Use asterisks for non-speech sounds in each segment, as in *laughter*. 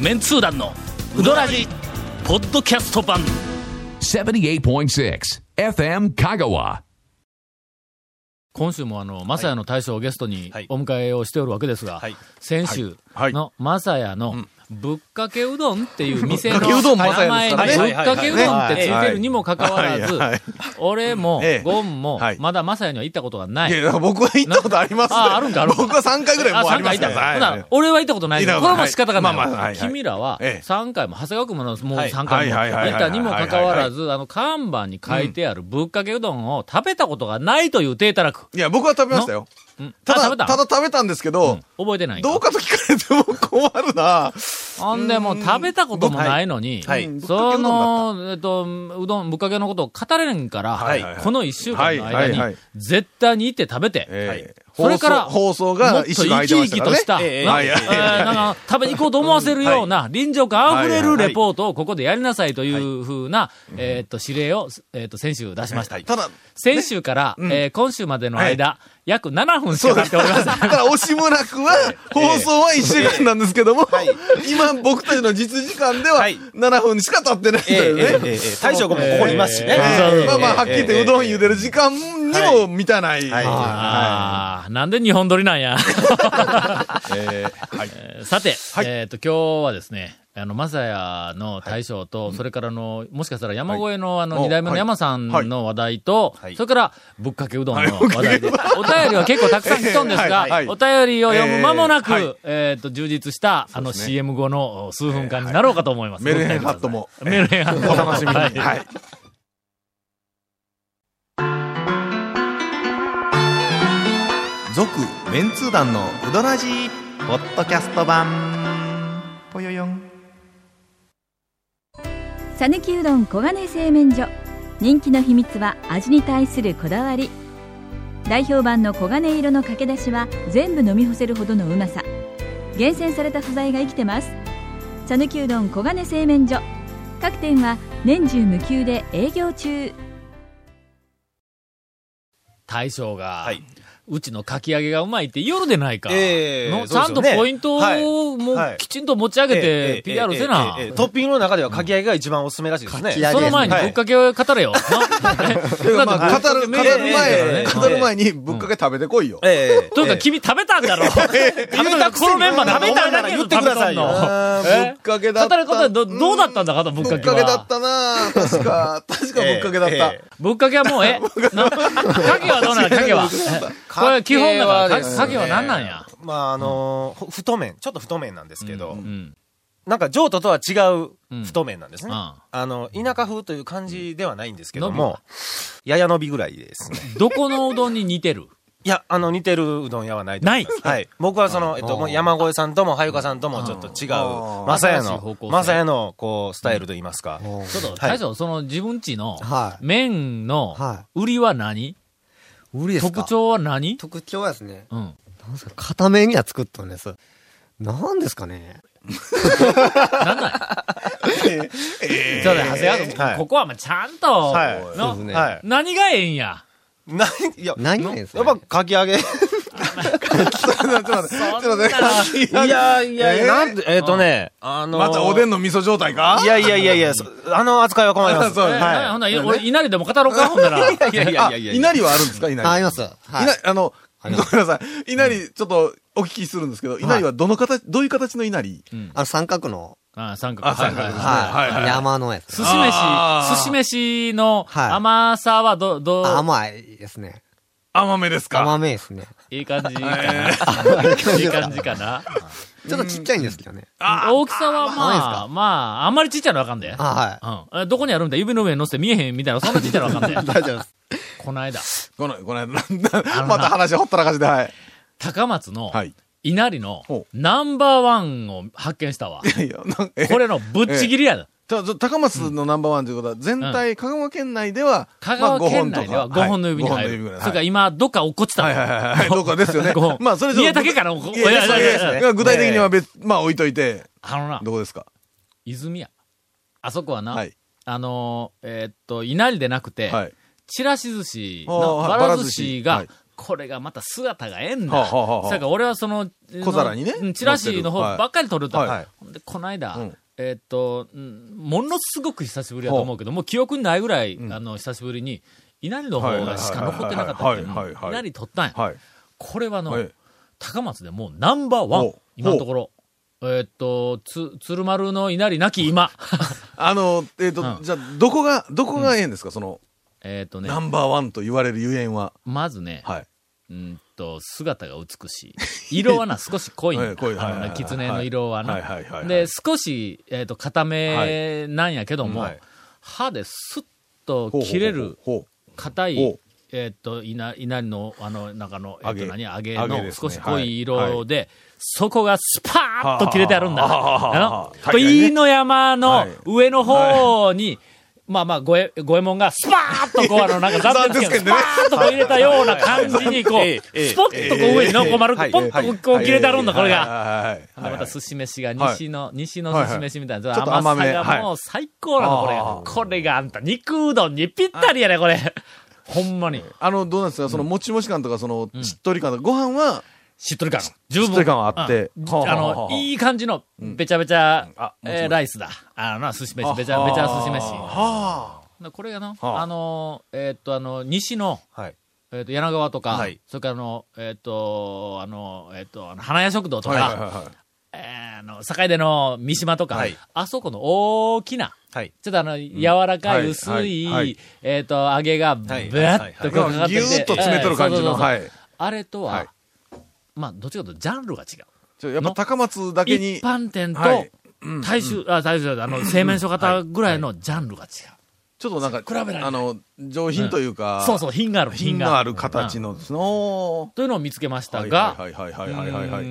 メンツー団のウドラジポッドキャスト版78.6 FM Kagawa. 今週もあの、マサヤの大将をゲストにお迎えをしておるわけですが、はい先週はいのマサヤの、ぶっかけうどんっていう店のぶっかけうどん名マサヤ前ですに、からぶねっかけうどんってついてるにもかかわらずはいはいはい、俺もええ、ゴンもはい、まだマサヤには行ったことがないい。や、だから僕は行ったことありますね。ああるんかあるんか僕は3回ぐらいもうありまあ三回行すね。ったんだはいほな俺は行ったことないけど行っこたれこともない仕方がまあまあはない。はいい君らはええ3回も、長谷川君ものもうはい3回もはいはいはいはい行ったにもかかわらず、あの、看板に書いてあるぶっかけうどんを食べたことがないという体たらく。いや、僕は食べましたよ。うんたあだ、食べたただ食べたんですけど、覚えてないんかどうかと聞かれても困るな。ほんで、もう食べたこともないのに、はいはいその、えっと、うどん、ぶっかけのことを語れんから、はいはいはいこの一週間の間はいはいはにい、絶対に行って食べて、ええそれから、放も送放送がっと一生週間空きいて生きましたからとね。した、ええなはいえはいーなんか、食べに行こうと思わせるような、臨場感あふれるレポートをここでやりなさいというふうな、えっと、指令を、えっと、先週出しました。ただ、先週から、えー今週までの間、約7分しそかう出しです。ておだりません。から、押村区は、放送は1週間なんですけども、今僕たちの実時間でははい7分しか経ってないんええだよね。ええええ大将もここにいますしね。ええまあまあ、はっきり言って、ええうどん茹でる時間にも満たない。はいはああ、なんで日本撮りなん *laughs* や。えーさて、えっ、と、今日はですね、あの、まさやの大将と、それからあの、もしかしたら山越えの、あの、お二代目のはい山さんの話題と、はいそれから、ぶっかけうどんの話題 *laughs* で、お便りは結構たくさん来とんですが、はいはいお便りを読む間もなく、ええっーと、は、充実した、あの、CM 後の数分間になろうかと思います。メルヘンハットも。メルヘンハットも。お楽しみに。ははいい。続メンツー団のウドラジーポッドキャスト版ぽよよんさぬきうどん黄金製麺所人気の秘密は味に対するこだわり代表版の黄金色のかけだしは全部飲み干せるほどのうまさ厳選された素材が生きてますさぬきうどん黄金製麺所各店は年中無休で営業中大将が、はいうちのかき揚げがうまいって言おるでないか。ええのちそうゃですんとよねポイントはいをもうはいきちんと持ち上げて PR せな。ええええええトッピングの中ではかき揚げが一番おすすめらしいですね。き揚げその前にぶっかけを語れよ。なまあ、語る、語る前、ね語る前にぶっかけ食べてこいよ。え *laughs* えというか、君食べたんだろ食べた、このメンバーで食べたんだけど言ってくださいよあーぶっかけだっ語た。ることはどどうだったんだかと、ぶっぶかっけは。かけだったな確 *laughs* か、確かぶっかけだっえたえ。ぶっかけはもう、えなかけはどうなのかけは。これ基本だから、かかけは何なんや。まああのーほ太麺、ちょっと太麺なんですけど、うん。なんか譲渡とは違う太麺なんですね。うんあの、田舎風という感じではないんですけど伸びも、やや伸びぐらいですね。どこのうどんに似てるいや、あの、似てるうどん屋はないと思います。はい。僕はその、えっと、もう山越さんとも、はゆかさんともちょっと違う、まさや新しい方の向、性まさやの、こう、スタイルと言いますか。ちょっと、はい大将、その自分ちのは麺のは売りは何売りですか特徴は何特徴はですね、うん。なんですか、片面には作っとんです。なんですかねなんなんちょっと、長谷川君、はいここはまあちゃんと、はいのそうですねはい。何がええんや。何、いや、何がですやかっぱ、かき揚げ。いそんなやいやえーなんで、えっとね、あのー、またおでんの味噌状態かいやいやいやいや、そあの扱いは困ります。そうえなほはんなら俺、稲荷でも語ろうか、ほんなら。い。いやいやいやいやいなりはあるんですかいなり。あ、います。はいい。なあの、ごあめりんまなすさい。いなり、ちょっとお聞きするんですけど、いなりはどの形、どういう形のいなりあの、三角の、あ三角。あはい三角はいはいはいはいはい。山のやつ寿ね。司あー飯、寿司飯のはい甘さはど、どう、あ甘いですね。甘めですか甘めですね。いい感じかな。いい感じかな。ちょっとちっちゃいんですけどね。大きさは甘いんまあ、まあ、あんまりちっちゃいのはあかんで。あはうんえ。どこにあるんだ指の上に乗せて見えへんみたいな、そんなちっちゃいのはあかんで。 *laughs* い。大丈夫です。この間、この、こ *laughs* の間、また話ほったらかしで、はい。高松のはい。稲荷のほナンバーワンを発見したわ。いやいや、なんえこれのぶっちぎりやな。ただ高松のナンバーワンということは、全体、香川県内では、香川県内ではまあ5本の指に入はい五本の指る。ぐらい。それからはい今、どっか落っこちたのはいはい *laughs* はい。どうかですよね五本。まあ、それ宮武からいこやいやいやいやいやそうです具体的には別、まあ置いといて、あのな、どこですか泉屋。あそこはな、はい。あのー、えーっと、稲荷でなくて、はい。ちらし寿司あーのはいばら寿司ばがら寿司、これがまた姿がええんはあだ。はあはあそやから俺はその、小皿にねうんチラシの方乗ってるばっかり撮ると。はいほんで、この間、うんえーっと、うんものすごく久しぶりだと思うけど、もう記憶にないぐらい、あの、久しぶりに、稲荷の方がしか残ってなかったっていうはいはいはいはいはいはい稲荷撮ったんや。はい。これはあの、はい高松でもうナンバーワンほう、今のところ。えーっと、つ、鶴丸の稲荷なき *laughs* 今。あの、えっ、うと、んじゃあ、どこが、どこがええんですか、その、えーっとねナ、ンバーワンと言われるゆえんは。まずね、はい。うんと、姿が美しい。色はな、少し濃いんだ。ええ濃い *laughs* はいあのはいねはい狐の色ははいはいはいはな。いで、少し、えっ、と、固めなんやけども、はいうんはい歯でスッと切れる、ほうほうほうほう硬ほ、いうえっ、と、稲稲荷の、あの、中の、えっ、揚げと、何、揚げ揚げのです少ねし濃い色で、そこがスパーッと切れてあるんだ。はあはあはああはあはのあ、これ飯野山のはい上の方に、まあまあ、ごえ、ごえもんが、スパーッとこう、あの、なん *laughs* か残残念念でですすけけどど、ねスパーッとこう入れたような感じに、こええう、ええスポッとこう上にのこまる、ええポンとこう切れてあるんだ、これが。はいはいはいまはい。た寿司飯が西の、西の寿司飯みたいな、はいはい甘さちょっと甘めはがいもう最高なの、これあが。これがあんた、肉うどんにぴったりやね、これ。ほんまに。あの、どうなんですか、その、もちもち感とか、その、しっとり感とか、ご飯は、しっとり感。十分。しっとり感はあってうんはああはあはの、あいい感じの、べちゃべちゃ、あもちもちえーライスだ。あのな、寿司飯、べちゃべちゃ寿司飯。はなこれがな、ああ、のー、えーっと、あの、西の、はいえーっと、柳川とか、はいそれからあの、えーっと、あの、えーっと、あの花屋食堂とか、はいはいはいはいえーあの、境での三島とか、はいあそこの大きな、はいちょっとあの、柔らかい、薄い、はいはいえーっと、揚げが、ぶはいわっとこうかかってぎゅきて、ーっと詰めとる感じえーの、そうそうそうはい。あれとは、はいまあ、どっちかというとジャンルが違う。ちょやっぱ高松だけに一、般店と、はい大衆、あ、大衆、あの、製麺所型ぐらいのジャンルが違う。ちょっとなんか、比べられないあの、上品というか、そうそう、品がある、品のある形うんの、その、というのを見つけましたが、はいはいはいはいはいはうーい。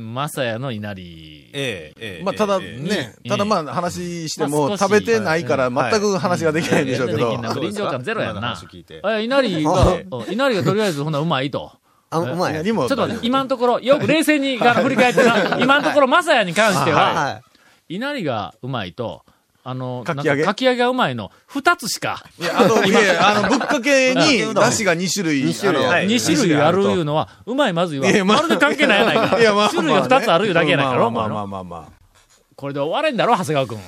ん、まさやの稲荷。ええええまあ、ただええええね、ええただまあ、話してまも、あ少し食べてないから、はい全く話ができないんでしょうけど全然でき。ない臨場感ゼロやんなそうですか今の話聞いて。あ稲荷 *laughs* が、うん稲荷がとりあえずほんならうまいと。あ、うまい。何ちょもっと待って、今のところ、よく冷静にあの振り返って *laughs* な、今のところまさやに関しては、はい。稲荷がうまいと、あの、かき揚げなんかき揚げがうまいの、二つしか、いや、あの、いやいやあの、ぶっかけに、だしが2種類。種類あのはい二種類あるいうのは、うまいまずいは、まるで関係ないやないか。いやまあ種類が二つあるいうだけやないかろ、まあまもうああのまあまあまこれで終われんだろ、長谷川くん。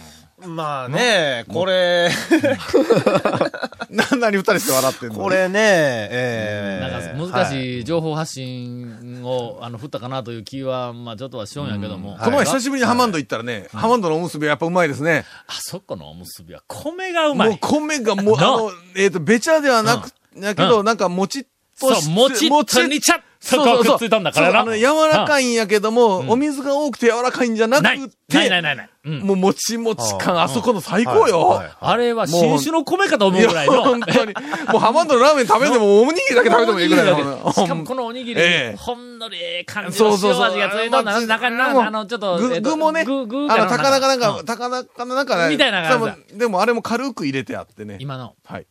まあね、これ、あ。 *laughs* な、なに二人して笑ってんのこ。れね、ええなんか難しい情報発信を、あの、振ったかなという気は、まあちょっとはしようんやけども。この前久あしぶりにハマンド行ったらね、ハマンドのおむすびはやっぱうまいですね。そこのおむすびは米がうまもうい。米がもう、あの、えっと、べちゃではなく、だけど、なんかもちっとそう、もちっとにちゃっとこうくっついたんだからそうあな。の、柔らかいんやけども、お水が多くて柔らかいんじゃなない。くないないて、ないない。うんもうもちもち感、あそこの最高よ。あれは新種の米かと思ういぐらや、いの。本当に。もうハマンドのラーメン食べても、おにぎりだけ食べてもいいぐらいおにぎりだの。けしかもこのおにぎりええ、ほんのりええ感じのそうそう塩そう味がついたんだな中にな、あの、ちょっと、え具っと具もね、あ具具の、が高菜かなんうか、高菜かなんかねみたいな感じだ多分でもあれも軽く入れてあってね。今のはい。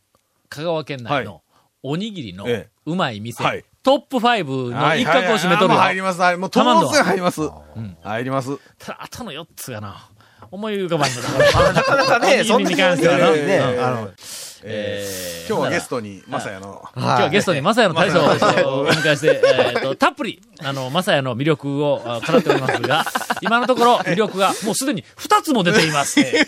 香川県内のおにぎりのええうまい店、はいトップ5の一角を占めとるはよ。いはいはいあもう入ります。はいもう当然入ります。入ります。ただ、あとの4つがな、思い浮かばんのだから。なかなかねおにぎりに関してはな。そんなにえねえあのええ今日はゲストに、まさやの。 *laughs* 今日はゲストにまさやの大将をお迎えして、えーと、たっぷり、あの、まさやの魅力をあ語っておりますが、今のところ魅力がもうすでに2つも出ています。ね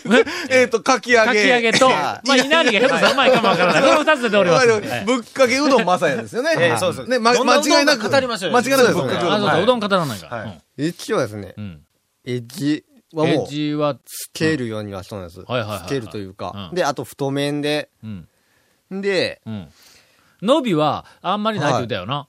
えっと、かき揚げ。かき揚げと、まあ、稲荷がひょっとしたらうまいかもわからない。この2つ出ております。いわゆる *laughs* ぶっかけうどんまさやですよね。ええそうですね、まどんどん間違いなく。どんどん語りましょうよ間違いなくぶっかけうあ、どんそうはだ、いうどん語らないから。はい一応ですねう、ん。エッジうはん。エもッう、スジは、ケールようにはしたんです。スはいはいはいはいケールというかう。んで、あと太麺で。うん。で、うん。伸びは、あんまりないって言ったよな。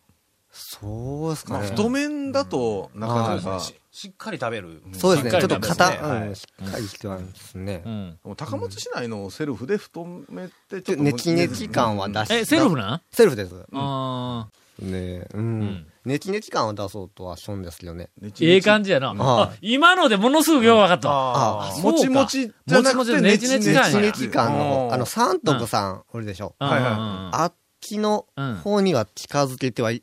そうですまかあね。太麺だと、なかなそうでかす。ねししっかり食べる。そうですね。しっちょかっりと食べますね型、はういん、しっかりしてますねう。ん。もう高松市内のセルフで太めってちょちっと。ょっとネチネチ感は出して。え、セルフなんセルフです。あーねうんん。ネチネチ感を出そうとはしょんですけどね。ネチネチええ感じやな。あはい今のでものすごくよう分かったわ。ああそうかもちもちじゃなもくちもてちネチネチ感ネチやネチ感のう、んあの、三徳さん、おるでしょ。うんはいはいうんあっちの方には近づけてはい、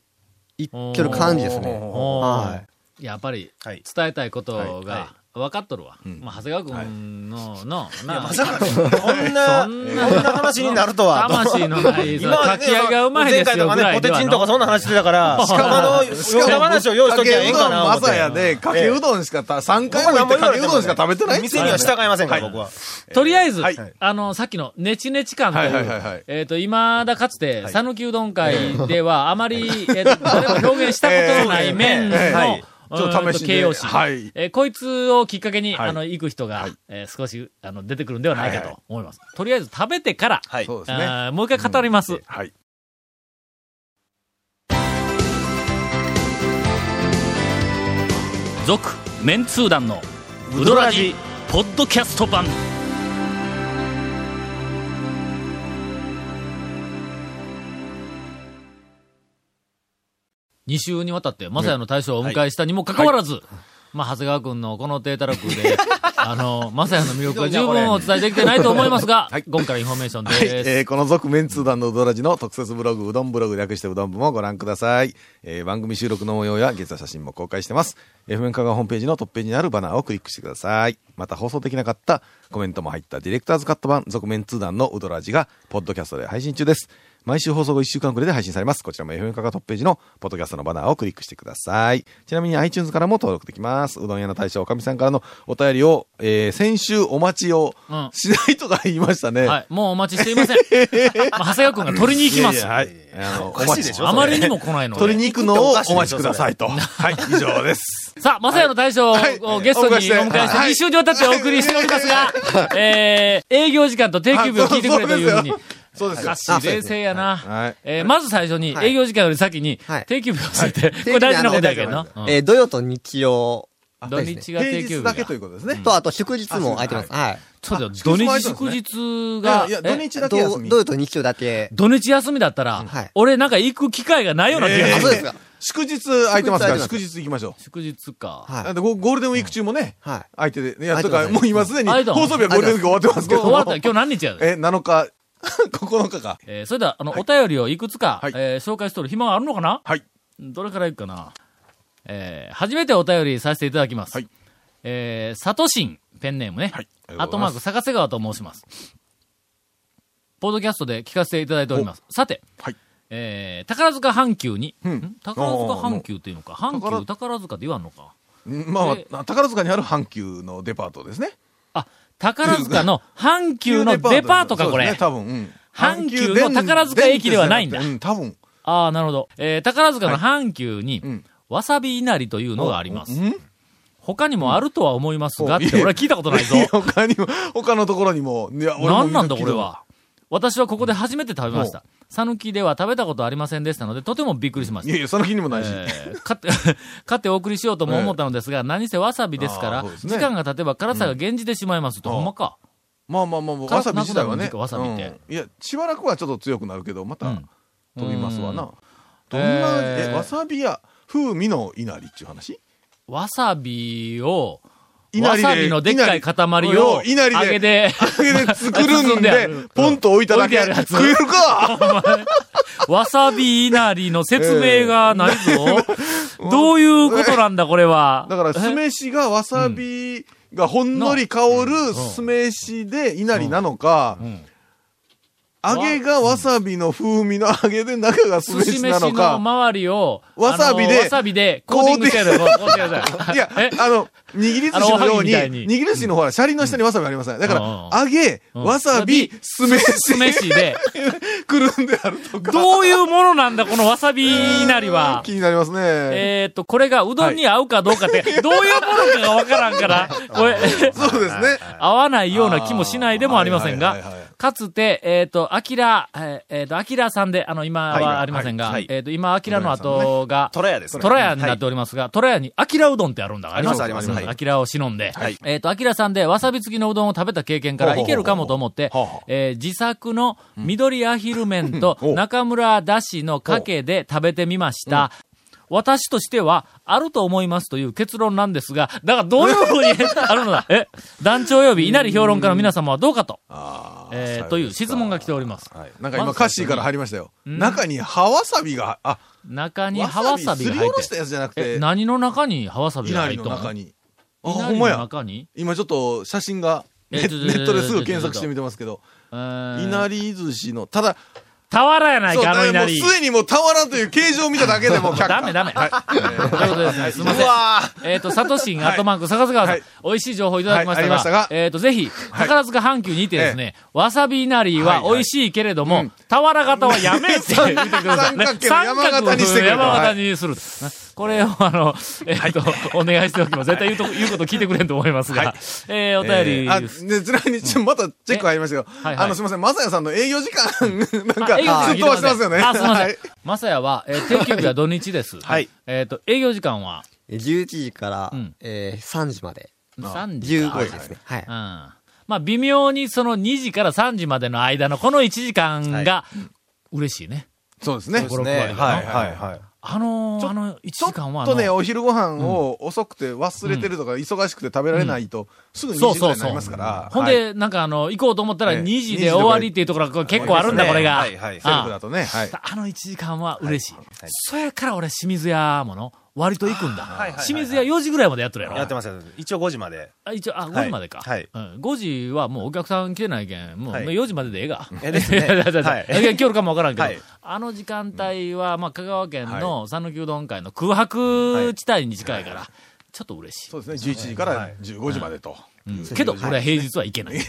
いっける感じですね。おーはやっぱり、伝えたいことが、はいは分かっとるわ。まあ、長谷川君の、の、まあ、まさか、こんな、こんな話になるとは。 *laughs* 魂のない、そのまかでき揚げがうまいですよ前ぐらい回とかね、ポでテはチンとかのそんな話してたから、しかもあの、しかも話を用意しかときけゃええうんどかん、 *laughs* な。まさやで、かけうどんしか、3回も行ってかけうどんしか食べてないんです店よには従いませんから、僕は。とりあえず、はいあの、さっきのネチネチ感という、はいはいはいはいえっ、と、今だかつて、讃岐うどん会では、あまり、えーと、誰も表現したことのなえいー麺の、えーはいうんちょっと試しで形容詞、はいえーこいつをきっかけに、はいあの、行く人が、えー少し、あの、出てくるんではないかと思います。とりあえず食べてから、はい。そうですね。あーもう一回語ります。はい。続メンツー団のウドラジポッドキャスト版2週にわたって、まさやの大将をお迎えしたにもかかわらず、まあ、長谷川君のこの低たらくで、 *laughs* あの、まさやの魅力は十分お伝えできてないと思いますが、今回のインフォメーションはい、です。えーこの続メンツー団のうどらじの特設ブログ、うどんブログ略してうどん部もご覧ください。えー番組収録の模様や月や写真も公開してます。FM 香川ホームページのトップページにあるバナーをクリックしてください。また放送できなかったコメントも入ったディレクターズカット版続メンツー団のうどらじが、ポッドキャストで配信中です。毎週放送後1週間くらいで配信されます。こちらも FM 香川トップページのポッドキャストのバナーをクリックしてください。ちなみに iTunes からも登録できます。うどん屋の大将おかみさんからのお便りを、えー先週お待ちをうんしないとか言いましたね。はい。もうお待ちしていません。 *laughs* まあ長谷川君が取りに行きます。いやいやはい。あの、おかしいでしょあまりにも来ないの取で。りに行くのをお待ちくださいと。はい、以上です。さあ、まさやの大将はいをゲストにお迎えして、お迎えしてはい2週にわたってお送りしておりますが、えー、営業時間と定休日を聞いてくれというふうにあ。そうそうですよかそうし、ですよ冷静やな。はいえーまず最初に、はい営業時間より先にはい、定休日をついて、これ大事なことやけどな。うんえー土曜と日曜土日が平定休日日だだ。けということですね。と、あと祝日も空いてます。はい。そうだよ。あ土日祝祝日日いやが、いや、土え日だけ休土み。土曜と日曜だけ。土日休みだったらはい、俺なんか行く機会がないような気がすえーあ、る。そうですか。祝日空いてますから、祝祝日行きましょう。祝日か。はいなんでゴゴールデンウィーク中もね、はい。空いてで、いや、空いてとますか、もう今すでに、空いてます放送日はゴールデンウィーク終わってますけども。終わった。今日何日やでえ、7日、9日か。えーそれでは、あの、お便りをいくつか、はいえー紹介しとる暇があるのかなはい。どれからいくかなえー初めてお便りさせていただきます。はいえーサトシン、ペンネームね。はいありがあととうごマざいーまク、坂瀬川と申します。ポードキャストで聞かせていただいております。さて、はいえー宝塚阪急に、んん宝塚阪急っていうのか、阪急宝塚で言わんのか。うんまあえまあ、宝塚にある阪急のデパートですね。あ、宝塚の阪急のデパートか、これ。そうですね、多分。うん阪急の宝塚駅ではないんだ電鉄じゃなくてうん、多分。ああ、なるほど。えー宝塚の阪急に、んわさび稲荷というのがあります。ん他にもあるとは思いますが、うっんて俺は聞いたことないぞいや。 *laughs* 他にも、他のところにも、いや、俺も何なんだこ見れたは。私はここで初めて食べました。讃岐では食べたことありませんでしたので、とてもびっくりしまけしど。たいや。いや、その気にもないし。えー買って、買ってお送りしようとも思ったのですが、何せわさびですかあらーそう、です時ね間が経てば辛さが減じてしまいますと。うんほんまか。まあまあまあまあ、辛くわさびなく自な体るもはんでねす。かわさびってうんいや、しばらくはちょっと強くなるけど、まうたん飛びますわな。うんどんうんな、え、わさびや風味の稲荷っていう話わさびを、稲わ荷でさびのでっかい塊を、稲荷で揚げで、それで作るん包んであでる、ポンと置いただけ置いてあるやつ食えるかわさび稲荷の説明がないぞ。どういうことなんだ、これは。だから、酢え飯がわさびがほんのり香る酢飯で稲荷なのか、ん揚げがわさびの風味の揚げで中が酢寿司飯な飯ののか。周りを、わさびであのわさびで、コーティングしてやる。コーティングしてやるいやえ、あの、握り寿司あのように、のおはぎみたいに握り寿司のほら、シャリの下にわさびありますね。だから、揚げ、うんわさび、酢酢飯、飯で、くるんであるとか。どういうものなんだ、このわさび稲荷は。 *laughs* 気になりますね。えっと、これがうどんに合うかどうかって、どういうものかがわからんから、これ、そうですね。合わないような気もしないでもありませんあーはいはいはいがは、かつて、えっ、と、アキラ、えっ、えーと、アキラさんで、あの、今はありませんが、はいはいえっ、と、今、アキラの後が、トラヤですね。トラヤになっておりますが、トラヤに、アキラうどんってあるんだ。ありますありますはいアキラを忍んで、はいえっ、と、アキラさんでわさび付きのうどんを食べた経験からほいうほうほうけるかもと思ってほうほう、えー自作の緑アヒル麺とうんお中村だしのかけで食べてみました。私としては、あると思いますという結論なんですが、だからどういうふうに *laughs* あるのだえ団長及び稲荷評論家の皆様はどうかと、あーえさーよという質問が来ております。はいなんか今、歌詞から入りましたよ。中に葉わさびが、あ、中にわ葉わさびすがり入おっ。ろしてたやつじゃなくえ、て、何の中に葉わさびが入稲荷っとんのの中に。あいなほりんのまや中に、今ちょっと写真がネえちょっとネットですぐ検索してみてますけど、えーいなり寿司の、ただ、俵やないそうか、あのいなりも。うすでにもうたわらんという形状を見ただけでもう *laughs* 却下ダメダメ。はい。ということですね。すみません。えっと、サトシン、アットマーク、坂津川さんはい、美味しい情報いただきまはいありまししたたがが、えっと、ぜひ、宝塚阪急にいてですね、わさびいなりは美味しいけれども、俵型はやめって言ってくださいね。三角形の山形にしてくれと山形にする。これを、あの、えっと、お願いしておきます。絶対言うと、言うこと聞いてくれんと思いますが、えー、お便えーあ、でり、ちなみに、ちょまたチェック入りましたけど、いはいあの、すみません、まさやさんの営業時 *laughs* 間、なんあ営業か、ずっとはしてますよね。あ、すいませはん。まさやは、えー定休日は土日です。はい。えっと、営業時間は11時から、うんえー3時まで。 3時か。 15時ですね。はうい。んまあ、微妙にその2時から3時までの間のこの1時間が、嬉しいね。そうですね。でちすね。はいはいはい。あのー、あの1ょ時間はっあとの、ね、お昼ご飯を遅くて忘れてるとか、忙しくて食べられないと、すぐ2時ぐらいになりますから。ほんはい、で、なんかあの、行こうと思ったらええ2時で終わりっていうところがこれ結構あるんだ、これが。はいはいあセルフだとね、はい。あの1時間は嬉しい。そやから俺、清水屋もの、割と行くんだ。はいはいはい清水屋4時ぐらいまでやっとるやろ。やってますやってます一応5時まで。あ一応、あ、5時までか。はいうん、5時はもうお客さん来てないけん、もうはい4時まででええが。えですね *laughs* いやいやいやいやはいいや今日かもわからんけど、はいあの時間帯は、まあ、香川県の讃岐うどん会の空白地帯に近いから、ちょっと嬉しい。そうですね、11時から15時までと。うんけど、俺は平日は行けない。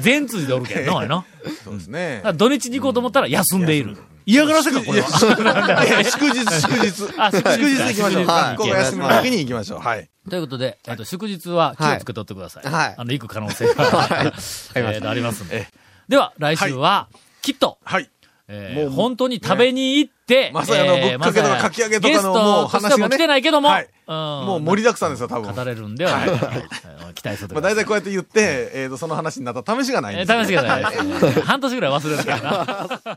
全通じでおるけんの、あれの。そうですねだか。ら土日に行こうと思ったら休んでいる。嫌がらせか、これは。いや祝日、祝日。 *laughs* あ祝日か祝日で行きましょう。祝日か学校が休みの時に行きましょう。はい。ということで、えっと、祝日は気をつけとってください。はいあの、行く可能性が、えっとありますんで。では、来週は、きっと、はい。えもー、う本当に食べに行って、まさやのぶっかけとかえーかき揚げとかのまさやもゲストとしうて話もが来ねてないけども、はいうんもう盛りだくさんですよ、多分。語れるんではないかとえー期待するとまあ、くだ大さい。体こうやって言って、えー、とその話になった試しがないんえでーすよ楽しみください。半年ぐらい忘れる *laughs* からな。